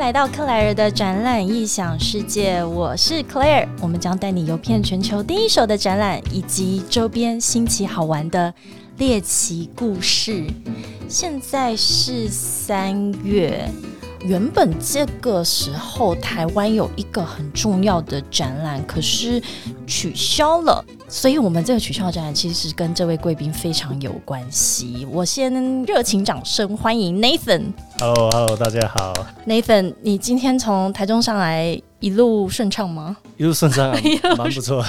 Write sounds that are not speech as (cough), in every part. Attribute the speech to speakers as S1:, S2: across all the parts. S1: 来到克莱尔的展览异想世界，我是 Claire，我们将带你游遍全球第一手的展览以及周边新奇好玩的猎奇故事。现在是三月，原本这个时候台湾有一个很重要的展览，可是取消了。所以，我们这个取消的展览其实跟这位贵宾非常有关系。我先热情掌声欢迎 Nathan。
S2: Hello，Hello，大家好，
S1: Nathan，你今天从台中上来一路顺畅吗？
S2: 一路顺畅
S1: (laughs)
S2: 啊，蛮不错。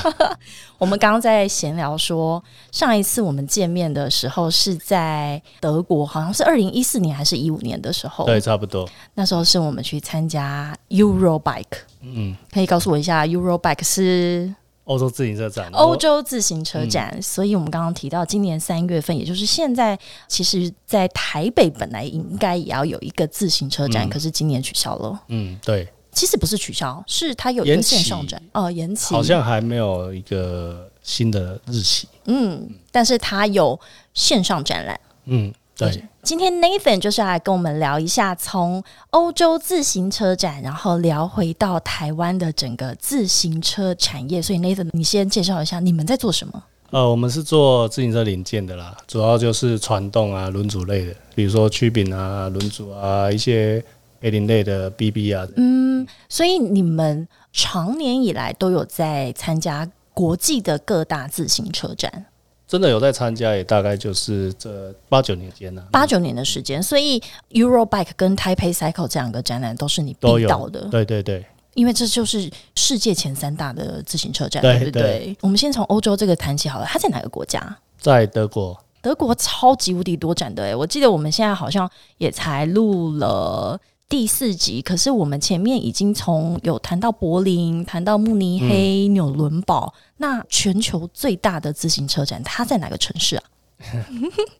S1: 我们刚刚在闲聊说，上一次我们见面的时候是在德国，好像是二零一四年还是一五年的时候。
S2: 对，，差不多。
S1: 那时候是我们去参加 Eurobike。
S2: 嗯，
S1: 可以告诉我一下，Eurobike 是
S2: 欧洲自行车展，
S1: 欧洲自行车展，
S2: 嗯
S1: 所以我们刚刚提到今年三月份，也就是现在，其实在台北本来应该也要有一个自行车展，
S2: 嗯
S1: 可是今年取消了。
S2: 我。嗯，对，
S1: 其实不是取消，是它有一个
S2: 延期
S1: 线上展哦，延期
S2: 好像还没有一个新的日期。
S1: 嗯，但是它有线上展览。
S2: 嗯，对，
S1: 今天 Nathan 就是要来跟我们聊一下从欧洲自行车展，然后聊回到台湾的整个自行车产业。所以 Nathan，你先介绍一下你们在做什么？
S2: 呃，我们是做自行车零件的啦，主要就是传动啊、轮组类的，比如说曲柄啊、轮组啊，一些 A 零类的 BB 啊。
S1: 嗯，所以你们常年以来都有在参加国际的各大自行车
S2: 嗯
S1: 展，
S2: 真的有在参加，也大概就是这八九年间啊呢、
S1: 八九年的时间。所以 Eurobike 跟 Taipei Cycle 这两个展览都是你
S2: 都
S1: 必
S2: 有
S1: 到的。
S2: 对对对，
S1: 因为这就是世界前三大的自行车展，
S2: 对
S1: 不对？我们先从欧洲这个谈起好了，它在哪个国家？
S2: 在德国，
S1: 德国超级无敌多展的诶、欸我记得我们现在好像也才录了第四集，可是我们前面已经从有谈到柏林，谈到慕尼黑、纽伦堡，那全球最大的自行车展，它在哪个城市啊？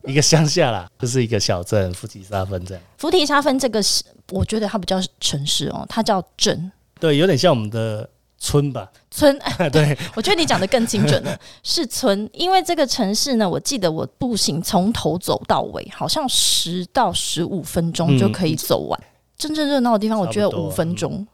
S2: 一个乡下啦，就是一个小镇，夫吉沙芬这样。
S1: 菩提沙芬这个是，我觉得它不叫城市哦，它叫镇
S2: 对，有点像我们的村吧。 (laughs)
S1: 村，
S2: 对，
S1: 我觉得你讲的更精准了，是村，因为这个城市呢，我记得我步行从头走到尾，好像十到十五分钟就可以走完。真正热闹的地方，我觉得
S2: 嗯差不多嗯
S1: 五分钟。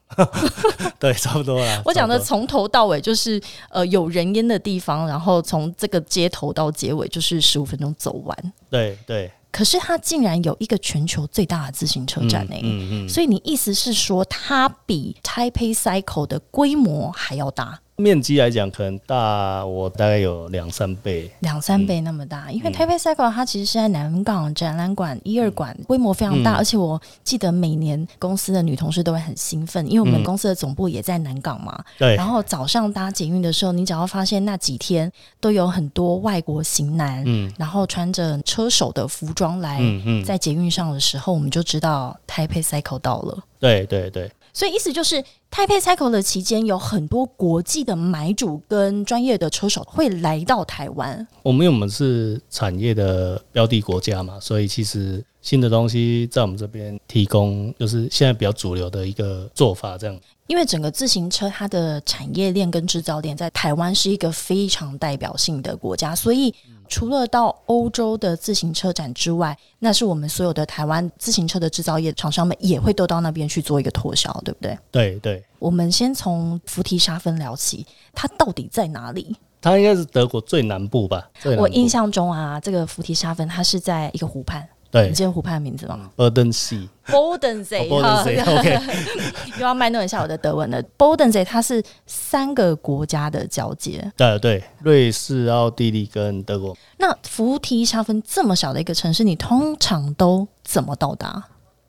S2: 对，差不多啦。
S1: 我讲的
S2: 差
S1: 从头到尾就是呃有人烟的地方，然后从这个街头到结尾就是十五分钟走完。
S2: 不多对对，
S1: 可是它竟然有一个全球最大的自行车站呢、
S2: 嗯嗯嗯，
S1: 所以你意思是说，它比 Taipei Cycle 的规模还要大？
S2: 面积来讲，可能大我大概有两三倍。
S1: 两三倍那么大，因
S2: 嗯
S1: 为 Taipei Cycle 它其实是在南港展览馆一二馆，规模非常
S2: 嗯
S1: 大，而且我记得每年公司的女同事都会很兴奋，因为我们
S2: 嗯
S1: 公司的总部也在南港嘛。
S2: 对
S1: 然后早上搭捷运的时候，你只要发现那几天都有很多外国型男，
S2: 嗯
S1: 然后穿着车手的服装来、
S2: 嗯嗯，
S1: 在捷运上的时候，我们就知道 Taipei Cycle 到了。
S2: 对对对
S1: 所以意思就是，Taipei Cycle 的期间有很多国际的买主跟专业的车手会来到台湾。
S2: 我们因为我们是产业的标的国家嘛，所以其实新的东西在我们这边提供，就是现在比较主流的一个做法，这样。
S1: 因为整个自行车它的产业链跟制造链在台湾是一个非常代表性的国家，所以
S2: 嗯
S1: 除了到欧洲的自行车展之外，那是我们所有的台湾自行车的制造业厂商们也会都到那边去做一个拓销，对不对？
S2: 对对，
S1: 我们先从菩提沙芬聊起，它到底在哪里？
S2: 它应该是德国最南部吧？最南部
S1: 我印象中啊，这个菩提沙芬它是在一个湖畔，
S2: 对
S1: 你记得湖畔的名字吗
S2: Burden Sea，
S1: ？Bolden See，
S2: 哦，Burden Sea，OK，
S1: (laughs) 又要卖弄一下我的德文了。Bolden See 它是三个国家的交界，
S2: 对对，瑞士、奥地利跟德国。
S1: 那扶提沙芬这么小的一个城市，你通常都怎么到达？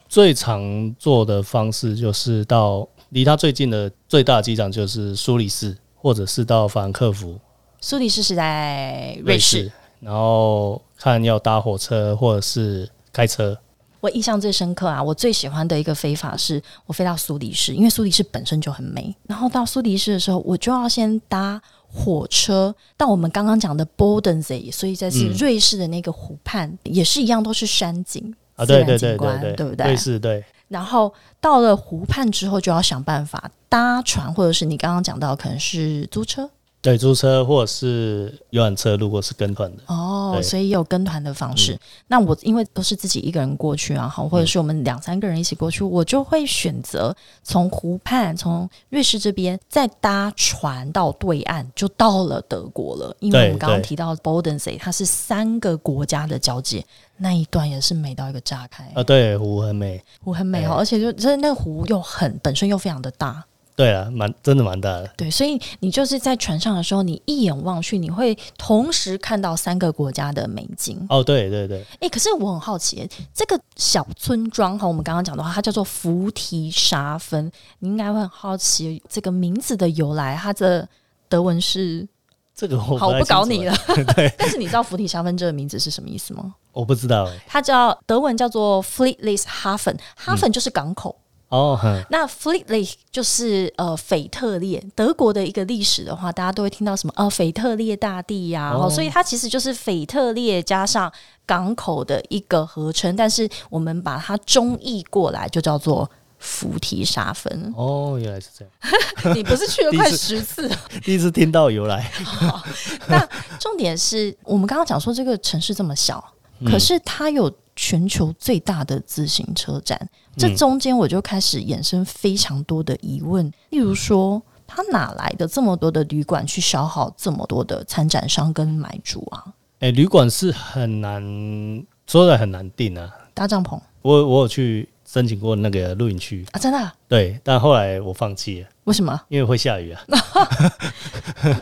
S2: 最常做的方式就是到离它最近的最大机场就是苏黎世，或者是到法兰克福，
S1: 苏黎世是在瑞士，
S2: 瑞士，然后看要搭火车或者是开车。
S1: 我印象最深刻啊！我最喜欢的一个飞法是，我飞到苏黎世，因为苏黎世本身就很美。然后到苏黎世的时候，我就要先搭火车到我们刚刚讲的 Bodensee，所以这是
S2: 嗯
S1: 瑞士的那个湖畔，也是一样都是山景
S2: 啊，
S1: 自
S2: 对
S1: 然
S2: 对
S1: 景
S2: 对
S1: 观
S2: 对对，
S1: 对不对
S2: 瑞士对，
S1: 然后到了湖畔之后，就要想办法搭船，或者是你刚刚讲到可能是租车。
S2: 对，租车或者是游览车，如果是跟团的，
S1: 哦，
S2: 对嗯
S1: 所以也有跟团的方式。那我因为都是自己一个人过去啊，好，或者是我们两三个人一起过去，我就会选择从湖畔，从瑞士这边再搭船到对岸，就到了德国了。因为
S2: 对
S1: 我们刚刚
S2: 对
S1: 提到 Bodensee，它是三个国家的交界，那一段也是美到一个炸开，
S2: 啊，对，湖很美，
S1: 湖很美哦，而且就真的那湖又很本身又非常的大。
S2: 对啊，蛮真的蛮大的，
S1: 对，所以你就是在船上的时候，你一眼望去，你会同时看到三个国家的美景。
S2: 哦，对对对，
S1: 哎、可是我很好奇，这个小村庄哈，我们刚刚讲的话，它叫做菩提沙芬，你应该会很好奇这个名字的由来，它的德文是……
S2: 这个我
S1: 好，我
S2: 太
S1: 不搞
S2: 清楚
S1: 你了。
S2: (laughs)
S1: (laughs) 但是你知道菩提沙芬这个名字是什么意思吗？
S2: 我不知道欸
S1: 它叫德文叫做 Fleetless
S2: 嗯
S1: Hafen，Hafen 就是港口。
S2: 哦，哼
S1: 那 Fleetlich 就是呃腓特烈，德国的一个历史的话，大家都会听到什么呃腓特烈大帝呀、
S2: 哦，
S1: 哦，所以它其实就是腓特烈加上港口的一个合称，但是我们把它中译过来就叫做。菩提沙芬
S2: 哦，原来是这
S1: (laughs)
S2: 样，
S1: 你不是去了
S2: 第一
S1: 快
S2: 次
S1: 十次？
S2: 第一次听到由来，
S1: 重点是我们刚刚讲说这个城市这么小，
S2: 嗯
S1: 可是它有全球最大的自行车站。
S2: 嗯
S1: 这中间我就开始衍生非常多的疑问，例如说，它哪来的这么多的旅馆去消耗这么多的参展商跟买主啊？
S2: 哎、旅馆是很难说的很难定啊，
S1: 搭帐篷
S2: 我我有去申请过那个露营区，
S1: 啊，真的啊、
S2: 对，但后来我放弃了，
S1: 为什
S2: (laughs)
S1: 么
S2: 因为会下雨啊，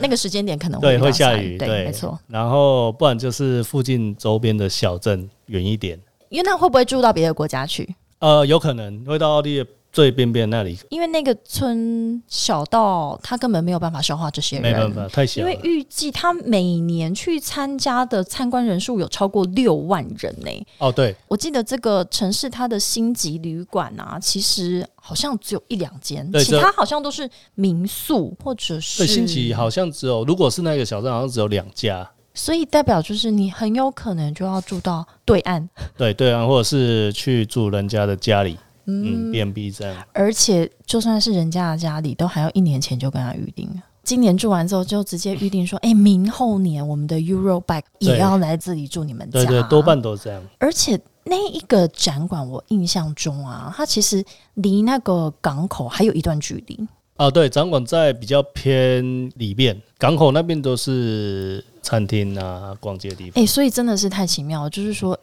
S1: 那个时间点可能
S2: 对，
S1: 会
S2: 会
S1: 比较
S2: 下
S1: 惨
S2: 雨，
S1: 对，
S2: 对，
S1: 没错。。
S2: 然后不然就是附近周边的小镇远一点，
S1: 因为那会不会住到别的国家去？
S2: 呃，有可能会到奥地利最边边那里，
S1: 因为那个村小到他根本没有办法消化这些人，
S2: 没办法，太小
S1: 因为
S2: 了。
S1: 预计他每年去参加的参观人数有超过六万人呢、
S2: 哦，对，
S1: 我记得这个城市它的星级旅馆啊，其实好像只有一两间，
S2: 对
S1: 其
S2: 这
S1: 他好像都是民宿或者是
S2: 对，星级好像只有，如果是那个小镇，好像只有两家，
S1: 所以代表就是你很有可能就要住到对岸，
S2: 对对啊，或者是去住人家的家里，嗯，B B 这样，
S1: 而且就算是人家的家里，都还要一年前就跟他预定。今年住完之后，就直接预定说，哎、明后年我们的 Euro Bike 也
S2: 对
S1: 要来这里住你们家、
S2: 对对，多半都这样。
S1: 而且那一个展馆，我印象中啊，它其实离那个港口还有一段距离。
S2: 啊，对，展馆在比较偏里面，港口那边都是餐厅啊、逛街的地方。
S1: 诶，所以真的是太奇妙了，就是说。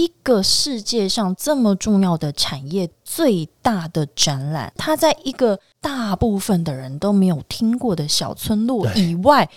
S1: 一个世界上这么重要的产业最大的展览，它在一个大部分的人都没有听过的小村落以外，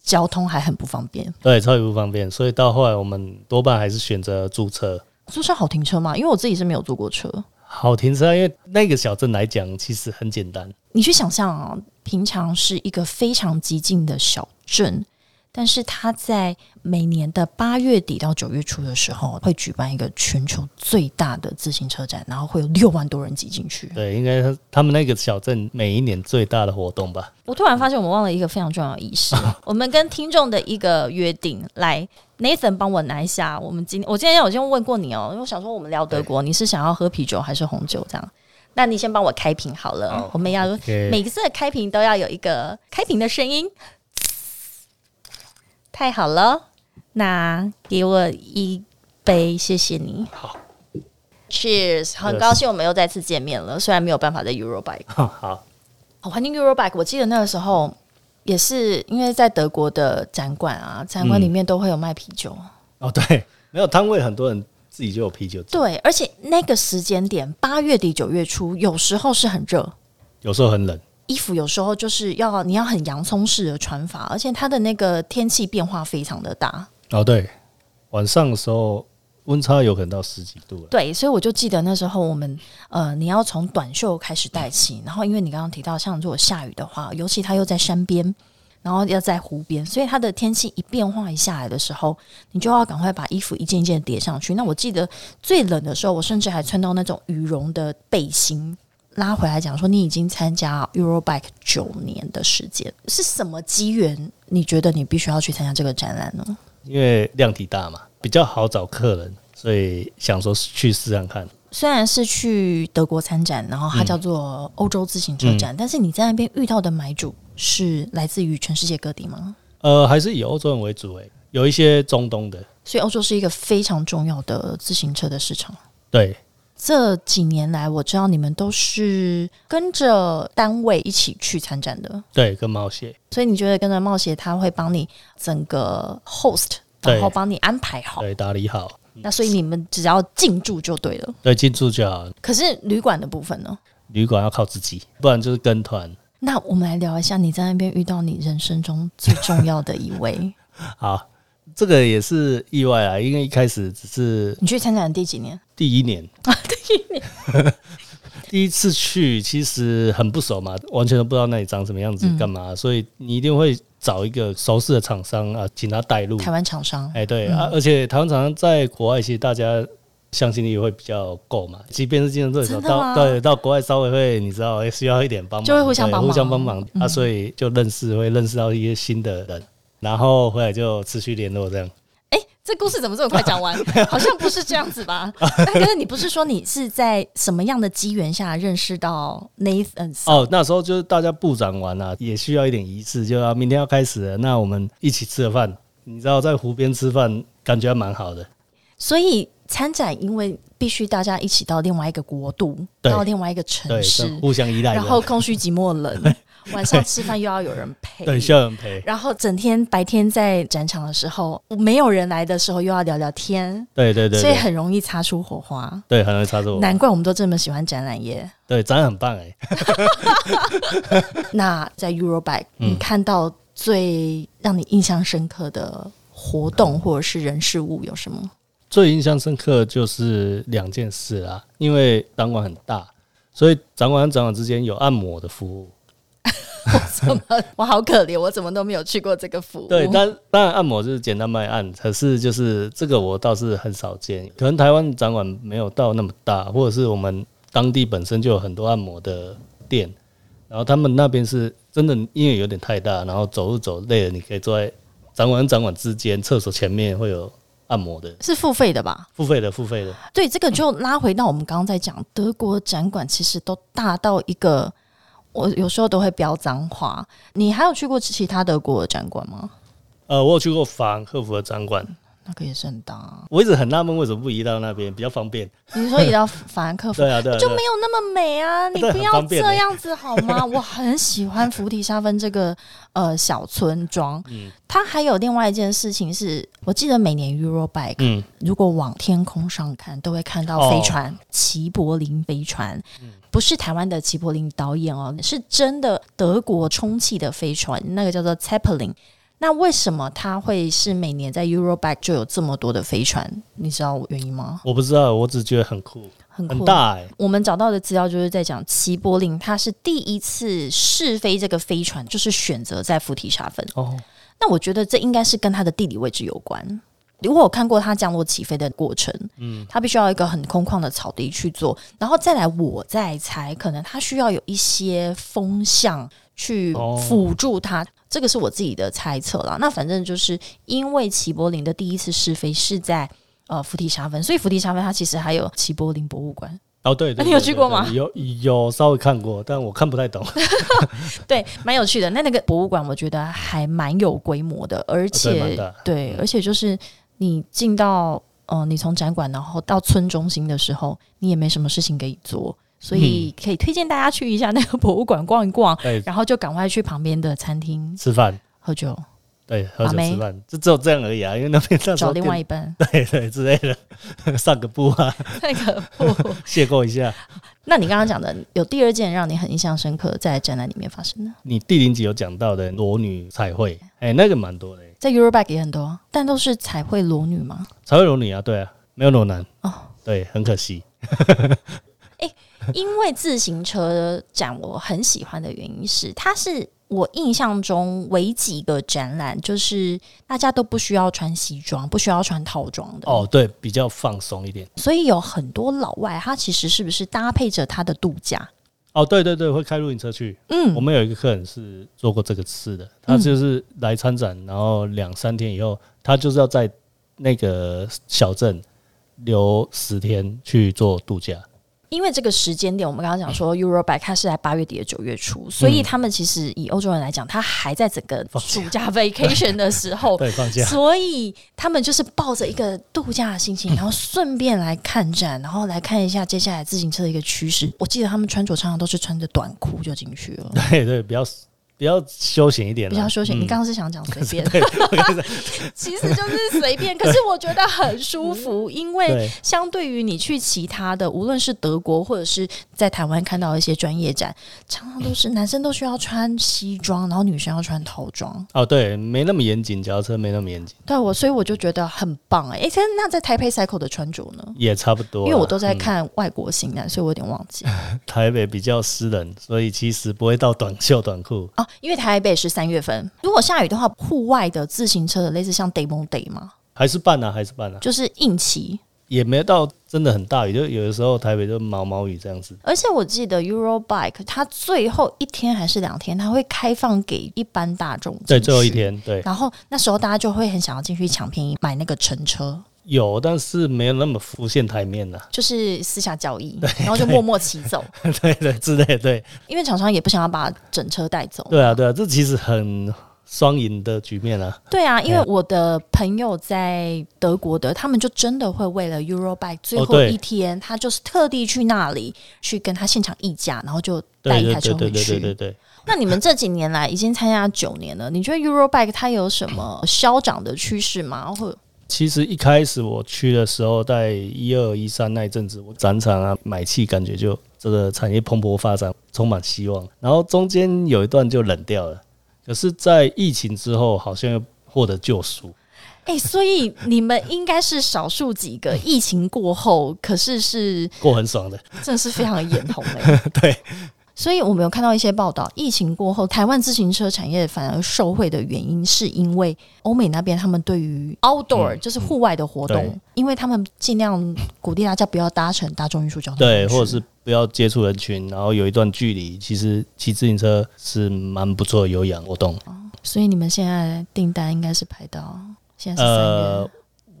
S1: 交通还很不方便。
S2: 对，超级不方便，所以到后来我们多半还是选择租车。
S1: 租车好停车吗？因为我自己是没有坐过车。
S2: 好停车，因为那个小镇来讲，其实很简单。
S1: 你去想象啊，平常是一个非常激进的小镇，但是它在每年的八月底到九月初的时候，会举办一个全球最大的自行车展，然后会有六万多人挤进去。
S2: 对，应该他他们那个小镇每一年最大的活动吧。 (laughs)
S1: 我突然发现我们忘了一个非常重要的仪式，我们跟听众的一个约定。来，Nathan 帮我拿一下。我们今我今天有先问过你哦，因为我想说我们聊德国，你是想要喝啤酒还是红酒这样？那你先帮我开瓶好了，我们要
S2: OK
S1: 每次的开瓶都要有一个开瓶的声音。太好了，那给我一杯，谢谢你。
S2: 好
S1: ，Cheers！很高兴我们又再次见面了，虽然没有办法在 Eurobike。
S2: 好，
S1: 哦，环境 Eurobike，我记得那个时候也是因为在德国的展馆啊，展馆里面都会有卖啤酒。
S2: 哦对，没有摊位，很多人自己就有啤酒，
S1: 对，而且那个时间点，八月底九月初，有时候是很热，
S2: 有时候很冷。
S1: 衣服有时候就是要你要很洋葱式的穿法，而且它的那个天气变化非常的大。
S2: 哦对，晚上的时候温差有可能到十几度了。
S1: 对，所以我就记得那时候我们呃，你要从短袖开始带起，然后因为你刚刚提到，像如果下雨的话，尤其它又在山边，然后要在湖边，所以它的天气一变化一下来的时候，你就要赶快把衣服一件一件叠上去。那我记得最冷的时候，我甚至还穿到那种羽绒的背心。拉回来讲说，你已经参加 Eurobike 九年的时间，是什么机缘？你觉得你必须要去参加这个展览呢？
S2: 因为量体大嘛，比较好找客人，所以想说去试看看。
S1: 虽然是
S2: 嗯
S1: 去德国参展，然后它叫做欧洲自行车展，但是你在那边遇到的买主是来自于全世界各地吗？
S2: 呃，还是以欧洲人为主诶、有一些中东的，
S1: 所以欧洲是一个非常重要的自行车的市场。
S2: 对，
S1: 这几年来，我知道你们都是跟着单位一起去参展的，
S2: 对，跟毛鞋，
S1: 所以你觉得跟着冒险他会帮你整个 host，
S2: 对
S1: 然后帮你安排好。
S2: 对，打理好，
S1: 那所以你们只要进驻就对了。
S2: 对，进驻就好。
S1: 可是旅馆的部分呢？
S2: 旅馆要靠自己，不然就是跟团。
S1: 那我们来聊一下，你在那边遇到你人生中最重要的一
S2: (laughs)
S1: 位，
S2: 好，这个也是意外啊，因为一开始只是
S1: 你去参展的第几年？
S2: 第一年啊， (laughs) 第一年，第一次去其实很不熟嘛，完全都不知道那里长什么样子，干嘛，所以你一定会找一个熟识的厂商啊，请他带路。
S1: 台湾厂商。
S2: 哎、对、啊，而且台湾厂商在国外其实大家。向心力会比较够嘛，即便是竞争对手，
S1: 真的
S2: 到
S1: 吗
S2: 对到国外稍微会你知道哎需要一点帮忙，
S1: 就会互相
S2: 对
S1: 帮忙嗯
S2: 互相帮忙、啊，所以就认识会认识到一些新的人，然后回来就持续联络这样。
S1: 哎、这故事怎么这么快讲完？
S2: (laughs)
S1: 好像不是这样子吧？但可是你不是说你是在什么样的机缘下认识到 Nathan？
S2: 哦，那时候就是大家部长完啊，也需要一点仪式，就要明天要开始了，那我们一起吃个饭。你知道在湖边吃饭，感觉还蛮好的。
S1: 所以参展因为必须大家一起到另外一个国度，
S2: 对
S1: 到另外一个城
S2: 对，是
S1: 市，
S2: 互相依赖的。
S1: 然后空虚寂寞
S2: (laughs)
S1: 冷，晚上吃饭又要有人陪。
S2: 对，需要人陪。
S1: 然后整天白天在展场的时候，没有人来的时候又要聊聊天，
S2: 对对对
S1: 所以
S2: 对，
S1: 很容易擦出火花。
S2: 对，很容易插着我。
S1: 难怪我们都这么喜欢展览
S2: (laughs)
S1: 业。
S2: 对，展很棒哎、
S1: 那在 Eurobike，、你
S2: 嗯
S1: 看到最让你印象深刻的活
S2: 嗯
S1: 动或者是人事物有什
S2: (laughs)
S1: 么？
S2: 最印象深刻就是两件事啦，因为展馆很大，所以展馆和展馆之间有按摩的服务。
S1: 怎么我好可怜，我怎么都没有去过这个服务。
S2: 对，但当然按摩就是简单卖按，可是就是这个我倒是很少见，可能台湾展馆没有到那么大，或者是我们当地本身就有很多按摩的店，然后他们那边是真的因为有点太大，然后走路走累了，你可以坐在展馆跟展馆之间厕所前面会有按摩的，
S1: 是付费的吧？
S2: 付费的付费的，
S1: 对，这个就拉回到我们刚刚在讲德国展馆，其实都大到一个，我有时候都会飙脏话。你还有去过其他德国的展馆吗？
S2: 呃，我有去过法兰克福的展馆，
S1: 那个也是很大、啊。
S2: 我一直很纳闷为什么不移到那边比较方便，
S1: 你
S2: (laughs)
S1: 说移到法兰克福
S2: 对啊对啊，
S1: 哦就
S2: 对啊
S1: 没有那么美啊！你
S2: 对
S1: 不
S2: 很
S1: 要
S2: 方便
S1: 这
S2: 欸
S1: 样子好
S2: (laughs)
S1: 吗？我很喜欢福提沙芬这个呃小村庄。
S2: 嗯
S1: 它还有另外一件事情是，我记得每年 Eurobike、
S2: 嗯，
S1: 如果往天空上看，都会看到
S2: 哦
S1: 飞船——齐柏林飞船，不是台湾的齐柏林导演哦，是真的德国充气的飞船，那个叫做 Zeppelin。那为什么它会是每年在 Eurobike 就有这么多的飞船？你知道原因吗？
S2: 啊我不知道，我只觉得很酷，
S1: 很酷
S2: 很大哎、
S1: 我们找到的资料就是在讲齐柏林，他是第一次试飞这个飞船，就是选择在附体沙芬。
S2: 哦，
S1: 那我觉得这应该是跟它的地理位置有关。如果我看过它降落起飞的过程，嗯，它必须要有一个很空旷的草地去做，然后再来我再猜，可能它需要有一些风向去
S2: 哦
S1: 辅助它。这个是我自己的猜测啦。那反正就是因为齐柏林的第一次试飞是在呃福提沙芬，所以福提沙芬它其实还有齐柏林博物馆。
S2: 哦，对，对
S1: 你有
S2: 对
S1: 去
S2: 对
S1: 过吗
S2: 对有有稍微看过，但我看不太
S1: (laughs)
S2: 懂。
S1: 对，蛮有趣的。那那个博物馆，我觉得还蛮有规模的，而
S2: 哦对
S1: 且
S2: 蛮大嗯
S1: 对，而且就是你进到呃，你从展馆然后到村中心的时候，你也没什么事情可以做，所以
S2: 嗯
S1: 可以推荐大家去一下那个博物馆逛一逛，
S2: 对，
S1: 然后就赶快去旁边的餐厅
S2: 哎吃饭，
S1: 喝酒，
S2: 对，喝
S1: 把
S2: 酒
S1: 妹
S2: 吃饭，就只有这样而已啊，因为那边那时
S1: 找
S2: 候
S1: 另
S2: 店
S1: 外一半
S2: (laughs) 对对之类的， (laughs) 散个步啊，
S1: (laughs) 那个不。
S2: 邂逅一下。
S1: 那你刚刚讲的有第二件让你很印象深刻在展览里面发生的，
S2: 你第零集有讲到的裸女彩绘，哎、那个蛮多的、欸，
S1: 在 Eurobag 也很多啊，但都是彩绘裸女嘛。
S2: 彩绘裸女啊，对啊，没有裸男
S1: 哦，
S2: 对，很可惜。
S1: 因为自行车展我很喜欢的原因是，它是我印象中唯几个展览，就是大家都不需要穿西装，不需要穿套装的。
S2: 哦，对，比较放松一点。
S1: 所以有很多老外，他其实是不是搭配着他的度假？
S2: 哦，对对对，会开露营车去。我
S1: 嗯，
S2: 们有一个客人是做过这个事的，他就是来参展，然后两三天以后，他就是要在那个小镇留十天去做度假。
S1: 因为这个时间点，我们刚刚讲
S2: 哎
S1: 说 Euroback 它是在八月底的九月初，所以他们其实以欧洲人来讲，他还在整个
S2: 嗯放假
S1: 暑假 vacation 的时
S2: (laughs)
S1: 候，
S2: 对，放假。
S1: 所以他们就是抱着一个度假的心
S2: 嗯
S1: 情，然后顺便来看展，然后来看一下接下来自行车的一个趋势。我记得他们穿着常常都是穿着短裤就进去了，
S2: 对对，比较比较休闲一点啦，
S1: 比较休闲。
S2: 嗯
S1: 你
S2: (laughs)
S1: 刚刚是想讲随便，
S2: 对我跟你讲
S1: 其实就是随便，可是我觉得很舒服，因为
S2: 对
S1: 相 (laughs) 对于你去其他的，无论是德国或者是在台湾看到一些专业展，常常都是男生都需要穿西装，然后女生要穿套装。
S2: 哦，对，没那么严谨，脚踏车没那么严谨，
S1: 对啊我，所以我就觉得很棒哎、欸。诶可是那在台北 cycle 的穿着呢？
S2: 也差不多
S1: 因
S2: 啦。
S1: 为我都在
S2: 嗯
S1: 看外国型男，所以我有点忘记 (laughs)
S2: 台北比较湿冷，所以其实不会到短袖短裤。
S1: 哦。因为台北是三月份，如果下雨的话，户外的自行车的类似像 demo day 嘛，
S2: 还是办啊，还是办啊，
S1: 就是硬骑。
S2: 也没到真的很大雨，就有的时候台北就毛毛雨这样子。
S1: 而且我记得 Eurobike 它最后一天还是两天，它会开放给一般大众。
S2: 对，最后一。天，对，
S1: 然后那时候大家就会很想要进去抢便宜买那个乘车，
S2: 有，但是没有那么浮现台面啊呐、
S1: 就是私下交易，然后就默默骑走，
S2: (laughs) 对对之类的，对
S1: 因为厂商也不想要把整车带走。
S2: 对啊，对啊，这其实很双赢的局面啊。
S1: 对啊，因为我的朋友在德国的，他们就真的会为了 Eurobike 最后
S2: 哦对
S1: 一天，他就是特地去那里去跟他现场议价，然后就带
S2: 对
S1: 一
S2: 对
S1: 台
S2: 对
S1: 车
S2: 对
S1: 回
S2: 对
S1: 去
S2: 对。对对。
S1: 那你们这几年来已经参加九年了，你觉得 Eurobike 它有什么
S2: 嗯
S1: 消长的趋势吗？或
S2: 其实一开始我去的时候，在一二一三那一阵子，我展场啊买气，感觉就这个产业蓬勃发展，充满希望。然后中间有一段就冷掉了，可是，在疫情之后，好像又获得救赎。
S1: 哎、所以你们应该是少数几个疫情过后，可是是
S2: 过很爽 (laughs) 的，
S1: 真的是非常的眼红哎、
S2: (laughs) 对，
S1: 所以我们有看到一些报道，疫情过后，台湾自行车产业反而受惠的原因，是因为欧美那边他们对于 outdoor、就是户外的活动
S2: 嗯对，
S1: 因为他们尽量鼓励大家不要搭乘大众运输交通工具，
S2: 对，或者是不要接触人群，然后有一段距离，其实骑自行车是蛮不错的有氧活动。
S1: 所以你们现在订单应该是排到现在是三月
S2: 呃，，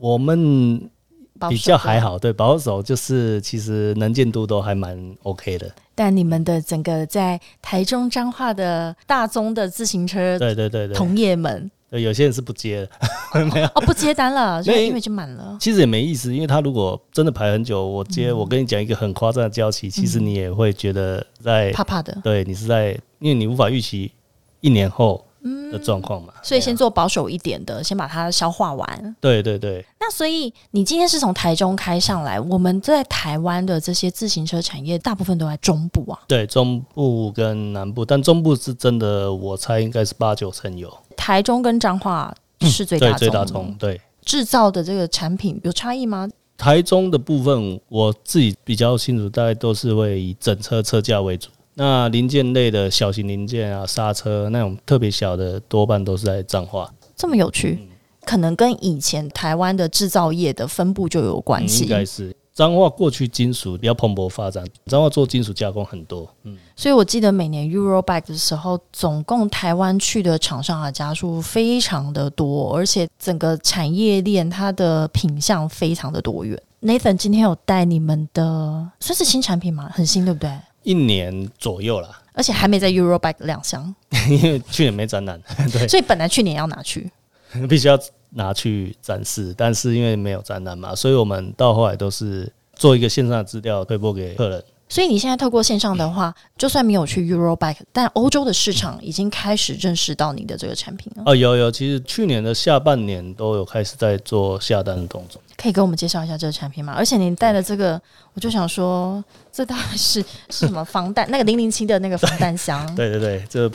S2: 我们嗯
S1: 保守
S2: 比较
S1: 的
S2: 还，好，对，保守就是其实能见度都还蛮 OK 的。
S1: 但你们的整个在台中彰化的大宗的自行车
S2: 对对对对，
S1: 呃同业们
S2: 对，有些人是不接的。
S1: 哦不接单了，
S2: (laughs)
S1: 因
S2: 没有
S1: 为因为已经满了。
S2: 其实也没意思，因为他如果真的排很久，我接、我跟你讲一个很夸张的交期，其实你也会觉得在、
S1: 怕怕的，
S2: 对你是在，因为你无法预期一年后的状况嘛。
S1: 嗯所以先做保守一点的，先把它消化完。
S2: 对对对，
S1: 那所以你今天是从台中开上来，我们在台湾的这些自行车产业大部分都在中部啊。
S2: 对中部跟南部，但中部是真的，我猜应该是八九成有，
S1: 台中跟彰化是最大
S2: 嗯对
S1: 宗、
S2: 最大宗。对
S1: 制造的这个产品有差异吗？
S2: 台中的部分，我自己比较清楚，大概都是会以整车车架为主。那零件类的小型零件啊，刹车那种特别小的，多半都是在彰化。
S1: 这么有趣，
S2: 嗯
S1: 可能跟以前台湾的制造业的分布就有关
S2: 嗯
S1: 系
S2: 应。该是彰化过去金属比较蓬勃发展，彰化做金属加工很多，
S1: 所以我记得每年 Eurobike 的时候，总共台湾去的厂商啊家数非常的多，而且整个产业链它的品相非常的多元。Nathan 今天有带你们的算是新产品吗？很新对不对？
S2: 一年左右啦， (laughs)
S1: 而且还没在 Eurobike 亮相，
S2: 因为去年没展览， (laughs) 对，
S1: 所以本来去年要拿去。
S2: 必须要拿去展示，但是因为没有展览嘛，所以我们到后来都是做一个线上的资料推播给客人。
S1: 所以你现在透过线上的话，就算没有去 Eurobike，但欧洲的市场已经开始认识到你的这个产品了。
S2: 哦，有有，其实去年的下半年都有开始在做下单的动作。
S1: 可以给我们介绍一下这个产品吗？而且你带的这个，我就想说，这到底是 (laughs) 是什么防弹？那个零零七的那个防弹箱，
S2: (laughs) 对对对，这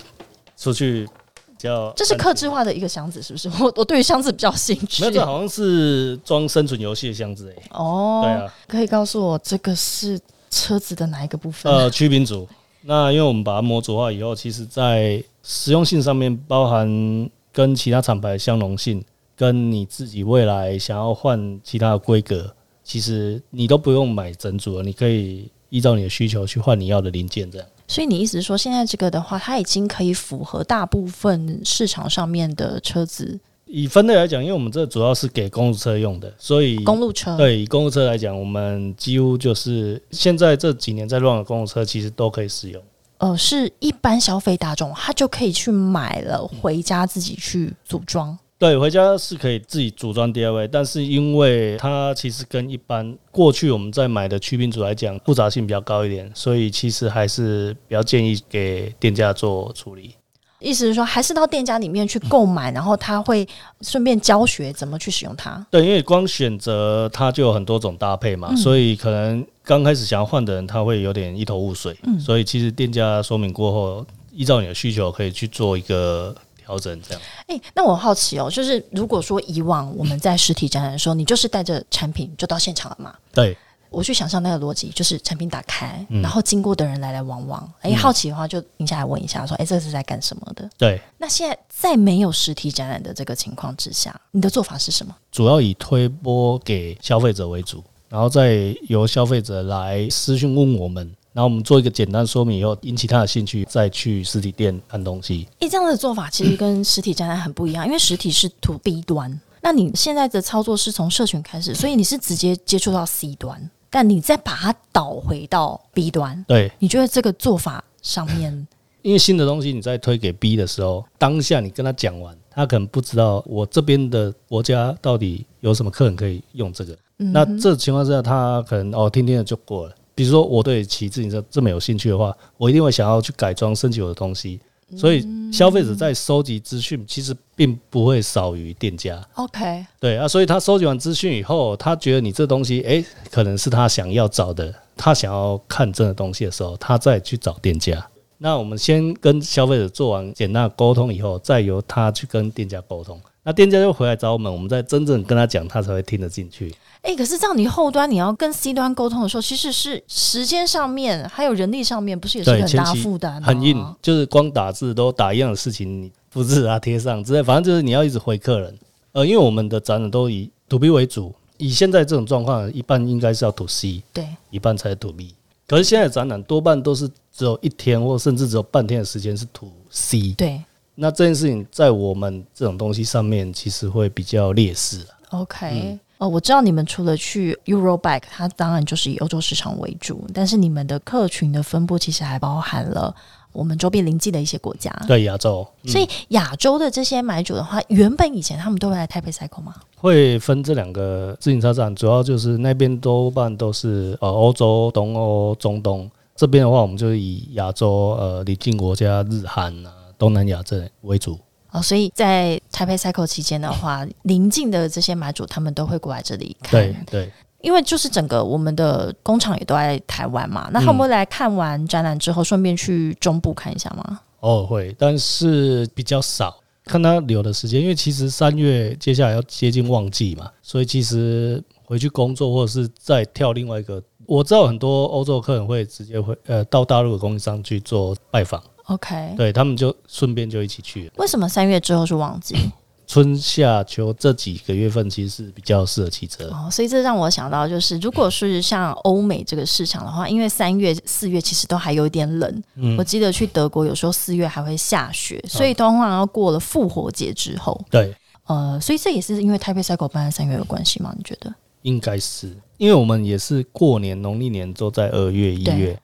S2: 出去比较
S1: 这是克制化的一个箱子，是不是？我我对于箱子比较兴趣
S2: 没有，。这好像是装生存游戏的箱子诶、欸
S1: 哦，
S2: 对啊，
S1: 可以告诉我这个是车子的哪一个部分？
S2: 呃，曲柄组。那因为我们把它模组化以后，其实在实用性上面，包含跟其他厂牌的相容性，跟你自己未来想要换其他的规格，其实你都不用买整组了，你可以依照你的需求去换你要的零件，这样。
S1: 所以你意思是说，现在这个的话，它已经可以符合大部分市场上面的车子
S2: 以分类来讲，因为我们这主要是给公路车用的，所以
S1: 公路车，
S2: 嗯对以公路车来讲，我们几乎就是现在这几年在乱的公路车其实都可以使用。
S1: 呃，是一般消费大众他就可以去买了，
S2: 嗯
S1: 回家自己去组装。
S2: 对，回家是可以自己组装 DIY，但是因为它其实跟一般过去我们在买的曲柄组来讲，复杂性比较高一点，所以其实还是比较建议给店家做处理。
S1: 意思是说，还是到店家里面去购买，然后他会顺便教学怎么去使用它。
S2: 对，因为光选择它就有很多种搭配嘛，
S1: 嗯
S2: 所以可能刚开始想要换的人，他会有点一头雾水。
S1: 嗯
S2: 所以其实店家说明过后，依照你的需求可以去做一个调整，这样。
S1: 诶，那我好奇哦，就是如果说以往我们在实体展览的时候，你就是带着产品就到现场了嘛？
S2: 对，
S1: 我去想象那个逻辑，就是产品打开，
S2: 嗯
S1: 然后经过的人来来往往，诶，好奇的话就停下来问一下，说，诶，哎这是在干什么的？
S2: 对，
S1: 那现在在没有实体展览的这个情况之下，你的做法是什么？
S2: 主要以推播给消费者为主，然后再由消费者来私讯问我们，然后我们做一个简单说明以后，引起他的兴趣，再去实体店看东西。
S1: 诶，这样的做法其实跟实体展览很不一样，因为实体是 to B 端，那你现在的操作是从社群开始，所以你是直接接触到 C 端，但你再把它导回到 B 端，
S2: 对，
S1: 你觉得这个做法上面
S2: 因为新的东西你在推给 B 的时候，当下你跟他讲完，他可能不知道我这边的国家到底有什么客人可以用这个。那这情况之下，他可能哦听听的就过了。比如说我对骑自行车这么有兴趣的话，我一定会想要去改装升级我的东西。所以消费者在收集资讯，其实并不会少于店家。
S1: OK？
S2: 对啊，所以他收集完资讯以后，他觉得你这东西，诶，可能是他想要找的，他想要看真的东西的时候，他再去找店家。那我们先跟消费者做完简单的沟通以后，再由他去跟店家沟通。那店家就回来找我们，我们再真正跟他讲，他才会听得进去。
S1: 诶，可是这样你后端你要跟 C 端沟通的时候，其实是时间上面还有人力上面，不是也是
S2: 对
S1: 很大
S2: 前期
S1: 负担吗？哦
S2: 很硬，就是光打字都打一样的事情，你复制啊贴上之类，反正就是你要一直回客人。呃，因为我们的展览都以 to B 为主，以现在这种状况，一半应该是要 to C。
S1: 对，
S2: 一半才是 to B。可是现在的展览多半都是只有一天或甚至只有半天的时间是 to C，
S1: 对
S2: 那这件事情在我们这种东西上面其实会比较劣势啊
S1: ，OK、呃，我知道你们除了去 Eurobike，它当然就是以欧洲市场为主，但是你们的客群的分布其实还包含了我们周边邻近的一些国家。
S2: 对亚洲、嗯
S1: 所以亚洲的这些买主的话，原本以前他们都会来台北 cycle 吗？
S2: 会分这两个自行车站，主要就是那边多半都是呃欧洲、东欧、中东这边的话，我们就是以亚洲呃邻近国家日韩啊、东南亚这为主。
S1: 哦，所以在台北 cycle 期间的话，邻近的这些买主他们都会过来这里看。
S2: 对对，
S1: 因为就是整个我们的工厂也都在台湾嘛，
S2: 嗯
S1: 那他们会来看完展览之后，顺便去中部看一下吗？
S2: 偶尔哦会，但是比较少。看他留的时间，因为其实三月接下来要接近旺季嘛，所以其实回去工作或者是再跳另外一个，我知道很多欧洲客人会直接会呃到大陆的供应商去做拜访，
S1: OK，
S2: 对他们就顺便就一起去了。
S1: 为什么三月之后是旺季？
S2: 春夏秋这几个月份其实是比较适合骑车，
S1: 哦，所以这让我想到，就是如果是像欧美这个市场的话，因为三月、四月其实都还有一点冷，
S2: 嗯
S1: 我记得去德国有时候四月还会下雪，所以通常要过了复活节之后，
S2: 对，
S1: 呃，所以这也是因为台北 cycle 办在三月有关系吗？你觉得？
S2: 应该是，因为我们也是过年农历年都在二月一
S1: 对
S2: 月，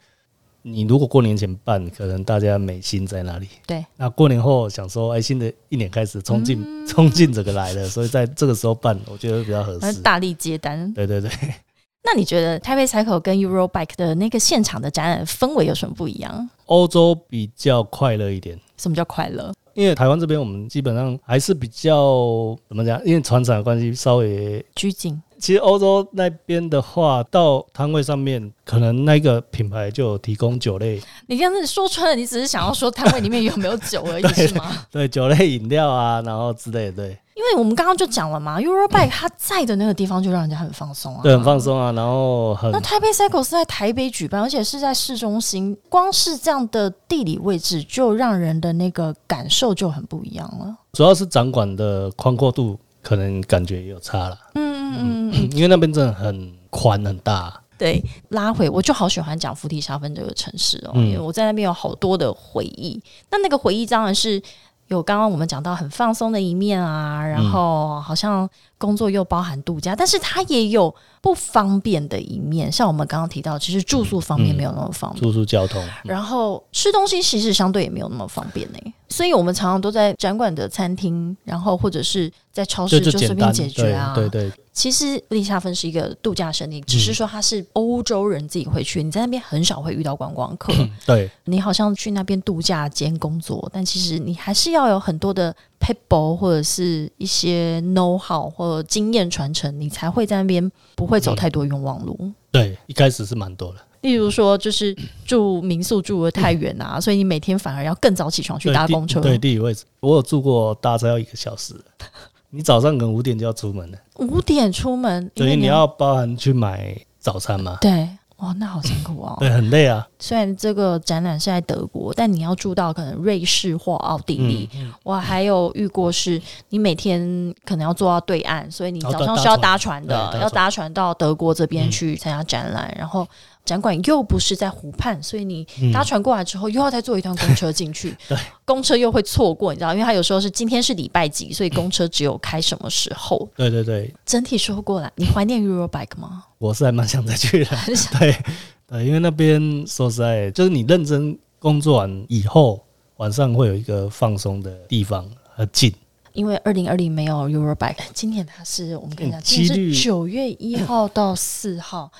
S2: 你如果过年前办，可能大家没心在那里。
S1: 对，
S2: 那过年后想说，哎，新的一年开始冲劲，冲劲这个来了，所以在这个时候办，我觉得比较合
S1: 那
S2: 适。
S1: 呃大力接单。
S2: 对对对，
S1: 那你觉得台北 cycle 跟 Eurobike 的那个现场的展览氛围有什么不一样？
S2: 欧洲比较快乐一点，
S1: 什么叫快乐？
S2: 因为台湾这边我们基本上还是比较怎么讲，因为船厂的关系稍微。
S1: 拘谨
S2: 其实欧洲那边的话，到摊位上面，可能那个品牌就有提供酒类，
S1: 你刚才说穿了，你只是想要说摊位里面有没有酒而已，是吗？
S2: (laughs) 对酒类饮料啊，然后之类的，对
S1: 因为我们刚刚就讲了嘛，Eurobike 它在的那个地方就让人家很放松啊，
S2: 嗯对，很放。松啊，然后很
S1: 那台北 Cycle 是在台北举办，而且是在市中心，光是这样的地理位置，就让人的那个感受就很不一样了。
S2: 主要是展馆的宽阔度，可能感觉也有差了。
S1: 嗯嗯嗯，
S2: (coughs) 因为那边真的很宽很大，
S1: 对，拉回我就好喜欢讲菩提沙芬这个城市哦，
S2: 嗯
S1: 因为我在那边有好多的回忆。那那个回忆当然是有刚刚我们讲到很放松的一面啊，然
S2: 嗯
S1: 后好像工作又包含度假，但是它也有不方便的一面。像我们刚刚提到，其实住宿方面
S2: 嗯
S1: 没有那么方便，
S2: 住宿交通，
S1: 然后吃东西其实相对也没有那么方便呢、所以我们常常都在展馆的餐厅，然后或者是在超市
S2: 这
S1: 就
S2: 就
S1: 随
S2: 简
S1: 便
S2: 单，
S1: 解决啊。
S2: 对对对，
S1: 其实利夏芬是一个度假胜地，只
S2: 嗯
S1: 是说它是欧洲人自己会去，你在那边很少会遇到观光客。
S2: 对，
S1: 你好像去那边度假兼工作，但其实你还是要有很多的 people 或者是一些 know how 或经验传承，你才会在那边不会走太多冤枉路。
S2: 对，一开始是蛮多的，
S1: 例如说，就是住民宿住的太远啊，所以你每天反而要更早起床去
S2: 对
S1: 搭
S2: 地
S1: 公车。
S2: 对地理位置，我有住过搭车要一个小
S1: (laughs)
S2: 时的，你早上可能五点就要出门了，
S1: 五点出门，因
S2: 所
S1: 为
S2: 以你要包含去买早餐嘛，
S1: 对。哇，那好辛苦哦！
S2: 对，很累啊，
S1: 虽然这个展览是在德国，但你要住到可能瑞士或奥地利。
S2: 嗯
S1: 我还有遇过是，你每天可能要坐到对岸，所以你
S2: 然后
S1: 早上
S2: 哦搭
S1: 是要搭
S2: 搭
S1: 船
S2: 对
S1: 的
S2: 搭，船
S1: 要搭船到德国这边
S2: 嗯
S1: 去参加展览。然后展馆又不是在湖畔，所以你
S2: 嗯
S1: 搭船过来之后，又要再坐一趟公车进
S2: (laughs)
S1: 去，公车又会错过，你知道，因为它有时候是今天是礼拜几，所以公车只有开什么时候。
S2: 对对对，
S1: 整体说过来，你怀念 Eurobike 吗？
S2: 我是还蛮想再去的，
S1: (laughs) 很想
S2: 对对，因为那边说实在，就是你认真工作完以后，晚上会有一个放松的地方，很近，
S1: 因为二零二零没有 Eurobike，今年它是我们跟你讲，
S2: 嗯
S1: 今
S2: 几
S1: 年
S2: 率
S1: 是九月一号到四号，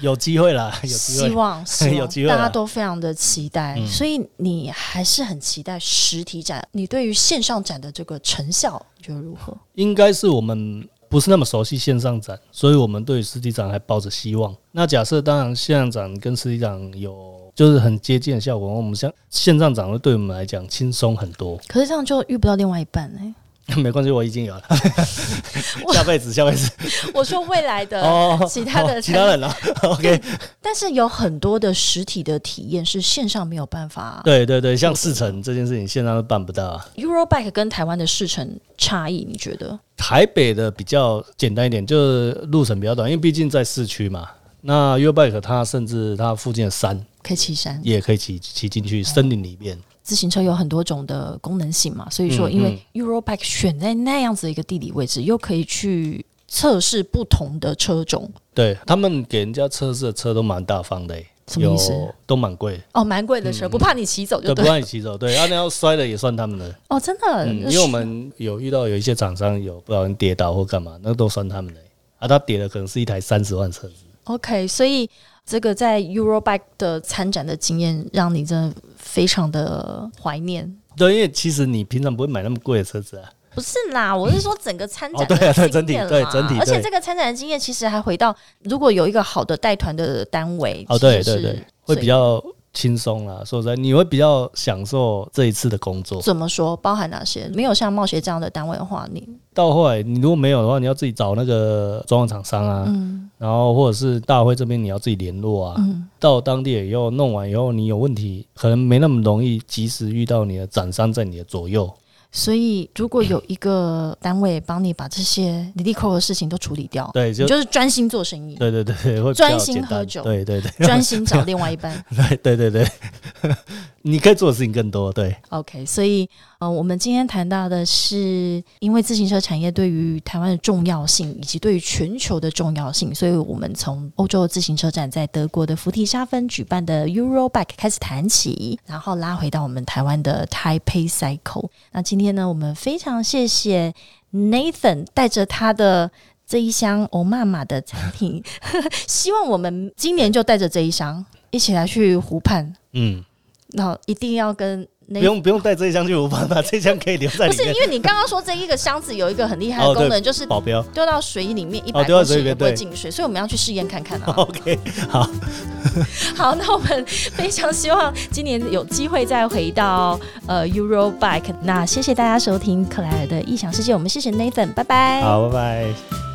S2: 有机
S1: (laughs)
S2: 会啦，哎有机
S1: 希
S2: 会，
S1: 望希
S2: (laughs) 有
S1: 望
S2: 机会啊嗯
S1: 大家都非常的期待，所以你还是很期待实体展。你对于线上展的这个成效，你觉得如何？
S2: 应该是我们不是那么熟悉线上展，所以我们对实体展还抱着希望。那假设当然线上展跟实体展有就是很接近的效果，我们像线上展会对我们来讲轻松很多。 (laughs)
S1: 可是这样就遇不到另外一半哎、
S2: 没关系，我已经有了， (laughs) 下辈子下辈子
S1: (laughs) 我说未来的
S2: 哦，
S1: (laughs) 其他的
S2: 哦其他人啊，OK，
S1: 但是有很多的实体的体验是线上没有办法。
S2: 对对对，像四城这件事情线上都办不到啊。
S1: Eurobike 跟台湾的市城差异，你觉得？
S2: 台北的比较简单一点，就是路程比较短，因为毕竟在市区嘛。那 U bike 它甚至它附近的山
S1: K 七山
S2: 也可以骑骑进去森林里面，
S1: 自行车有很多种的功能性嘛，所以说
S2: 嗯
S1: 因为 Eurobike 选在那样子的一个地理位置，又可以去测试不同的车种，
S2: 对他们给人家测试的车都蛮大方的、欸，
S1: 什么
S2: 有
S1: 意思？
S2: 都蛮贵，
S1: 哦，蛮贵的车，不怕你骑走就
S2: 对，不
S1: 对。
S2: 让你骑走，对，啊，你要摔了也算他们的，
S1: 哦，真的，
S2: 嗯，因为我们有遇到有一些厂商有不小心跌倒或干嘛，那都算他们的、啊，他跌的可能是一台三十万车子，
S1: OK，所以这个在 Eurobike 的参展的经验，让你真的非常的怀念。
S2: 对，因为其实你平常不会买那么贵的车子啊，
S1: 不是啦，我是说整个参展
S2: 哦对啊
S1: 的
S2: 对
S1: 经验啦、
S2: 整体对整体
S1: 而且
S2: 对
S1: 这个参展的经验其实还回到，如果有一个好的带团的单位，
S2: 哦，
S1: 其实
S2: 对对
S1: 是
S2: 对，会比较轻松啦。说实在，你会比较享受这一次的工作。
S1: 怎么说，包含哪些？没有像冒险这样的单位的话，你
S2: 到后来，你如果没有的话，你要自己找那个装潢厂商啊，
S1: 嗯
S2: 然后或者是大会这边你要自己联络啊。
S1: 嗯，
S2: 到当地以后弄完以后，你有问题，可能没那么容易及时遇到你的展商在你的左右。
S1: 所以如果有一个单位帮你把这些离离扣扣的事情都处理掉，
S2: 对，就
S1: 你就是专心做生意，
S2: 对对对，会比较
S1: 专心
S2: 简单
S1: 喝酒
S2: 对对对，
S1: 专心找另外一半。
S2: (laughs) 对对对 (laughs) 对，你可以做的事情更多。对，
S1: OK，所以呃，我们今天谈到的是，因为自行车产业对于台湾的重要性，以及对于全球的重要性，所以我们从欧洲的自行车展在德国的福提沙芬举办的 Eurobike 开始谈起，然后拉回到我们台湾的 Taipei Cycle。那今天呢，我们非常谢谢 Nathan 带着他的。这一箱欧妈妈的产品， (laughs) 希望我们今年就带着这一箱一起来去湖畔，
S2: 嗯，
S1: 那一定要跟 Nathan
S2: 不用不用带这一箱去，我把把这一箱可以留在
S1: 不
S2: 里
S1: 是，因
S2: 面。
S1: 为你刚刚说这一个箱子有一个很厉害的
S2: 哦对
S1: 功能，就是
S2: 保镖 (laughs)
S1: 丢到水里面一
S2: 哦
S1: 百
S2: 丢到
S1: 公
S2: 水
S1: 尺
S2: 里面
S1: 也不会
S2: 对
S1: 进水，所以我们要去试验看看
S2: (laughs)
S1: 啊。
S2: ，OK，好。
S1: 好，那我们非常希望今年有机会再回到呃 Euro Bike。那谢谢大家收听克莱尔的异想世界，我们谢谢 Nathan，拜拜。
S2: 好，拜拜。